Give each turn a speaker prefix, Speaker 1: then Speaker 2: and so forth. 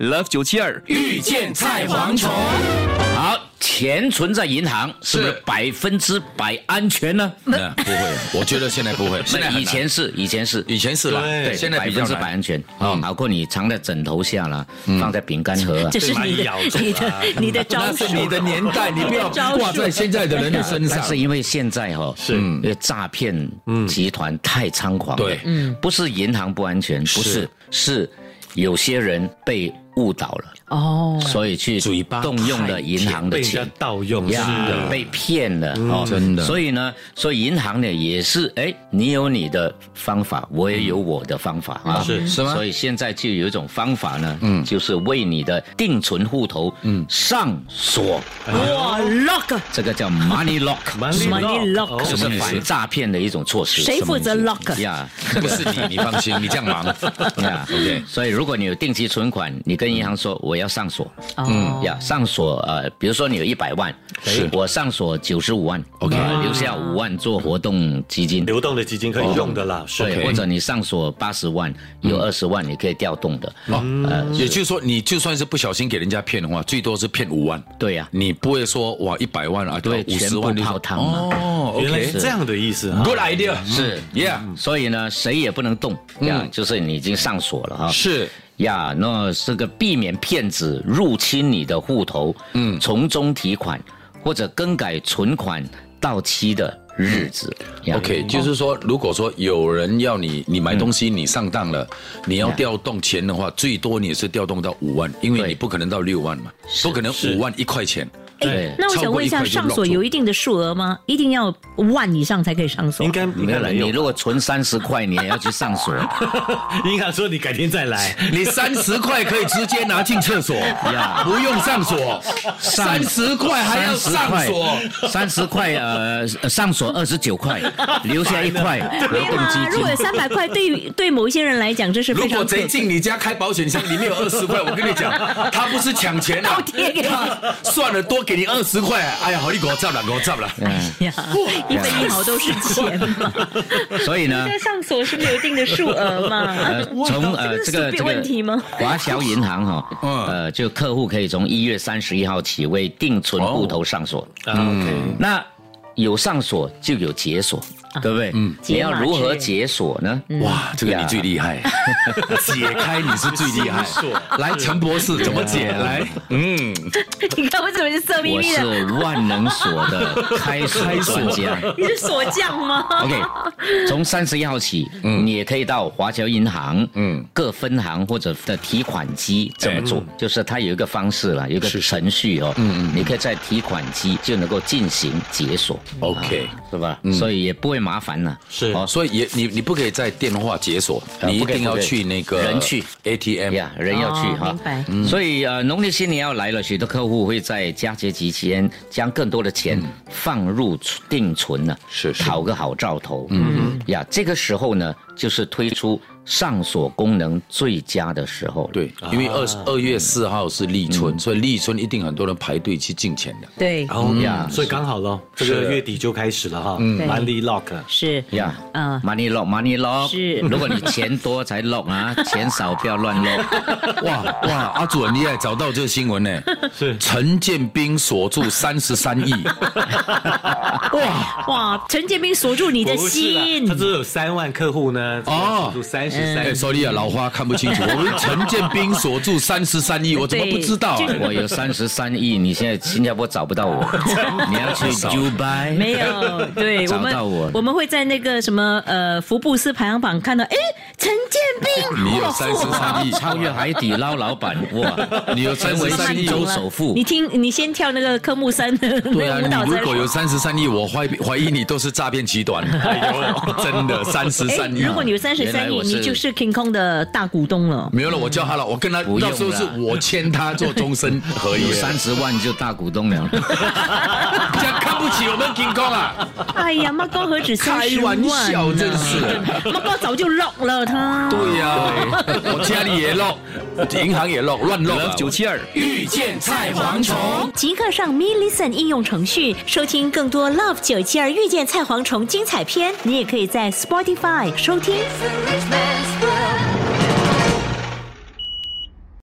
Speaker 1: Love 九七二
Speaker 2: 遇见菜蝗虫，
Speaker 3: 好，钱存在银行是不是
Speaker 2: 是
Speaker 3: 百分之百安全呢？
Speaker 2: 嗯不会，我觉得现在不会，现在
Speaker 3: 那
Speaker 2: 很
Speaker 3: 以
Speaker 2: 难
Speaker 3: 前是，以前是。
Speaker 2: 以前是啦，
Speaker 3: 对，
Speaker 2: 现在
Speaker 3: 百
Speaker 2: 比
Speaker 3: 分
Speaker 2: 较
Speaker 3: 之百
Speaker 2: 难嗯
Speaker 3: 安。全哦，好过你藏在枕头下啦，放在饼干 盒啊
Speaker 4: 这。是
Speaker 5: 被
Speaker 4: 你
Speaker 5: 蚂蚁咬
Speaker 4: 的、
Speaker 5: 中
Speaker 4: 你的、 你的招
Speaker 2: 那
Speaker 4: 数
Speaker 2: 是。你的年代，你不 要挂在现在的人的身上嗯
Speaker 3: 但。是因为现在哈、哦，
Speaker 5: 是
Speaker 3: 因为诈骗集团太猖狂了，
Speaker 2: 对
Speaker 3: 嗯，不是银行不安全，不是，是有些人被误导了，
Speaker 5: 嗯
Speaker 4: 哦，
Speaker 3: 所以去
Speaker 5: 嘴巴
Speaker 3: 动用了银行的
Speaker 5: 被人家
Speaker 3: 钱。
Speaker 5: 盗用，嗯
Speaker 3: 呀，被骗了、哦，
Speaker 2: 真的
Speaker 3: 所以呢，所以银行呢也是，哎，你有你的方法，我也有我的方法、啊，
Speaker 5: 是
Speaker 2: 是吗
Speaker 3: 所以现在就有一种方法呢，嗯，就是为你的定存户头，嗯，上锁，
Speaker 5: 哎
Speaker 4: 哇，lock
Speaker 3: 这个叫 money lock。
Speaker 4: money
Speaker 5: lock，
Speaker 4: lock，
Speaker 3: 就
Speaker 5: 什
Speaker 3: 是
Speaker 5: 么意
Speaker 3: 反
Speaker 5: 思？
Speaker 3: 诈骗的一种措施。
Speaker 4: 谁负责
Speaker 3: 什么意思
Speaker 4: lock？
Speaker 3: 呀
Speaker 2: 不是你，你放心，你这样忙。
Speaker 3: 呀
Speaker 2: OK
Speaker 3: 所以如果你有定期存款，你跟银行说我要上锁，
Speaker 4: 哦，
Speaker 3: 嗯呀，上锁呃，比如说你有一百万，
Speaker 5: 是
Speaker 3: 我上锁九十五万
Speaker 2: OK
Speaker 3: 呃留下五万做活动基金。
Speaker 5: 流动的基金可以用的啦，是
Speaker 3: 对，
Speaker 5: OK
Speaker 3: 或者你上锁八十万，有二十万你可以调动的。
Speaker 2: 哦，也就是说，你就算是不小心给人家骗的话，最多是骗五万，
Speaker 3: 对呀，
Speaker 2: 你不会说哇一百万啊，
Speaker 3: 对
Speaker 2: 五十万就
Speaker 3: 全部泡汤啊嘛
Speaker 2: 哦
Speaker 5: 原来是
Speaker 2: ，OK，Good
Speaker 5: 这样的意思啊哈。
Speaker 2: idea，
Speaker 3: 是嗯
Speaker 2: Yeah，
Speaker 3: 所以呢，谁也不能动呀，就是你已经上锁了哈。
Speaker 2: 是
Speaker 3: 呀，那这个避免骗子入侵你的户头，嗯，从中提款或者更改存款到期的日子。呀
Speaker 2: OK，就是说，如果说有人要你，你买东西你上当了，你要调动钱的话，最多你也是调动到五万，因为
Speaker 3: 对
Speaker 2: 你不可能到六万嘛，不可能五万一块钱。
Speaker 3: 对，
Speaker 4: 哎那我想问一下，
Speaker 2: 超过一块就
Speaker 4: 上锁
Speaker 2: lock 住
Speaker 4: 有一定的数额吗？一定要万以上才可以上锁？
Speaker 5: 应该应
Speaker 3: 没
Speaker 5: 该
Speaker 3: 有了。
Speaker 5: 没
Speaker 3: 你
Speaker 5: 有。
Speaker 3: 如果存三十块，你也要去上锁
Speaker 5: 银行说你改天再来，
Speaker 2: 你三十块可以直接拿进厕所，
Speaker 3: 呀。
Speaker 2: 不用上锁，三十块还要上 锁。
Speaker 3: 三十块，呃，上锁二十九块，留下一块活
Speaker 4: 没有
Speaker 3: 动基
Speaker 4: 啊，如
Speaker 3: 金
Speaker 4: 果。有三百块，对 于对某一些人来讲，这是
Speaker 2: 如
Speaker 4: 非
Speaker 2: 果
Speaker 4: 常
Speaker 2: 贼
Speaker 4: 可
Speaker 2: 进你家开保险箱，里面有二十块，我跟你讲，他不是抢钱啊，
Speaker 4: 贴给
Speaker 2: 他算了，多给你二十块，哎呀，好，你给我照了，给我照了。
Speaker 4: 呀， 一分一毫都是钱嘛。
Speaker 3: 所以呢，
Speaker 4: 在上锁是不是有一定的数额嘛
Speaker 3: 呃，？从呃
Speaker 4: 这
Speaker 3: 这
Speaker 4: 个
Speaker 3: 个
Speaker 4: 是
Speaker 3: 这个
Speaker 4: 问题吗
Speaker 3: 华侨银行哈、
Speaker 2: 嗯
Speaker 3: 呃，就客户可以从一月三十一号起为定存户头上锁。
Speaker 5: 嗯，
Speaker 3: 那有上锁就有解锁，
Speaker 4: 啊
Speaker 3: 对不对？嗯，你要如何解锁呢？
Speaker 4: 嗯
Speaker 2: 哇，这个你
Speaker 3: 呀
Speaker 2: 最厉 害，解开你是最厉害
Speaker 5: 心锁。
Speaker 2: 来，陈博士怎么解？来，嗯，
Speaker 4: 你看我怎么是色眯
Speaker 3: 我
Speaker 4: 眯的？
Speaker 3: 是万能锁的开锁专家。
Speaker 4: 你是锁匠吗？
Speaker 3: OK，从三十一号起，你也可以到华侨银行，嗯，各分行或者的提款机怎么做？就是它有一个方式了，有一个程序哦，嗯嗯，你可以在提款机就能够进行解锁
Speaker 2: OK
Speaker 3: 啊是吧？所以也不会麻烦了，
Speaker 5: 是
Speaker 3: 哦
Speaker 2: 所以也你你不可以在电话解锁，
Speaker 3: 呃
Speaker 2: 你一
Speaker 3: 不可以
Speaker 2: 定要
Speaker 3: 不可以
Speaker 2: 去那个
Speaker 3: 人去
Speaker 2: ATM。
Speaker 3: 呀，人要去
Speaker 4: 哦
Speaker 3: 哈
Speaker 4: 明白，
Speaker 2: 嗯
Speaker 3: 所以呃，农历新年要来了，许多客户会在佳节期间将更多的钱放入储定存呢，
Speaker 2: 嗯是是
Speaker 3: 讨个好兆头。嗯呀，这个时候呢，就是推出上锁功能最佳的时候。，
Speaker 2: 对，因为二二月四号是立春，所以立春一定很多人排队去进钱的。
Speaker 4: 对，
Speaker 5: 然后
Speaker 3: 呀
Speaker 5: 哦所以刚好咯，这个月底就开始了哈，Money Lock。
Speaker 4: 是
Speaker 3: 呀，
Speaker 4: 嗯
Speaker 3: 嗯，money lock money lock，
Speaker 4: 是
Speaker 3: 如果你钱多才 lock 啊，钱少不要乱 lock。
Speaker 2: 哇哇，阿祖很厉害，找到这个新闻呢。
Speaker 5: 是
Speaker 2: 陈建斌锁住三十三 亿，
Speaker 4: 哇，陈建斌锁住你的
Speaker 5: 我不是啦
Speaker 4: 心
Speaker 5: 他，这有三万客户呢，
Speaker 2: 哦
Speaker 5: 哦，三十
Speaker 2: 哎
Speaker 5: 三，
Speaker 2: ，sorry 啊，老花看不 清楚。我们陈建斌锁住三十三亿，我怎么不知道啊？
Speaker 3: 哦我有三十三亿，你现在新加坡找不 到我，你要去 Dubai。
Speaker 4: 没有，对
Speaker 3: 找
Speaker 4: 我们
Speaker 3: 到我
Speaker 4: 我们会在那个什么呃福布斯排行榜看到，哎，陈建斌，
Speaker 2: 你有
Speaker 4: 哇
Speaker 2: 三十三 亿，
Speaker 3: 超越海底捞老板哇！
Speaker 2: 你有
Speaker 3: 成为
Speaker 2: 33
Speaker 3: 新
Speaker 2: 亿
Speaker 3: 州首富
Speaker 4: 你，听，你先跳那个科目三的 那
Speaker 2: 对啊，
Speaker 4: 个舞蹈
Speaker 2: 你如
Speaker 4: 再
Speaker 2: 果
Speaker 4: 说
Speaker 2: 有三十三亿，我怀疑怀疑你都是诈骗集团。真的三十
Speaker 4: 哎
Speaker 2: 三亿，啊
Speaker 4: 如果你有三十
Speaker 3: 原来
Speaker 4: 三亿，
Speaker 3: 我
Speaker 4: 你
Speaker 3: 是
Speaker 4: 你就是 King Kong 的大股东 了。
Speaker 2: 没有了，我叫他了，我跟他
Speaker 3: 不用
Speaker 2: 到
Speaker 3: 啦
Speaker 2: 时候是我签他做终身合
Speaker 3: 有
Speaker 2: 约，
Speaker 3: 三十万就大股东了。
Speaker 2: 这样看不起我们 King Kong 啊！
Speaker 4: 哎呀，妈光何止三
Speaker 2: 开
Speaker 4: 十万
Speaker 2: 玩
Speaker 4: 呢？
Speaker 2: 笑，真是的。
Speaker 4: 妈光早就 lock 了他。
Speaker 2: 对呀、我家里也漏，银行也漏，乱漏啊。
Speaker 6: 九七二
Speaker 2: 遇见菜蝗虫，
Speaker 1: 即刻上 Me Listen 应用程序收听更多 Love 九七二遇见菜蝗虫精彩片。你也可以在 Spotify 收听。
Speaker 7: 美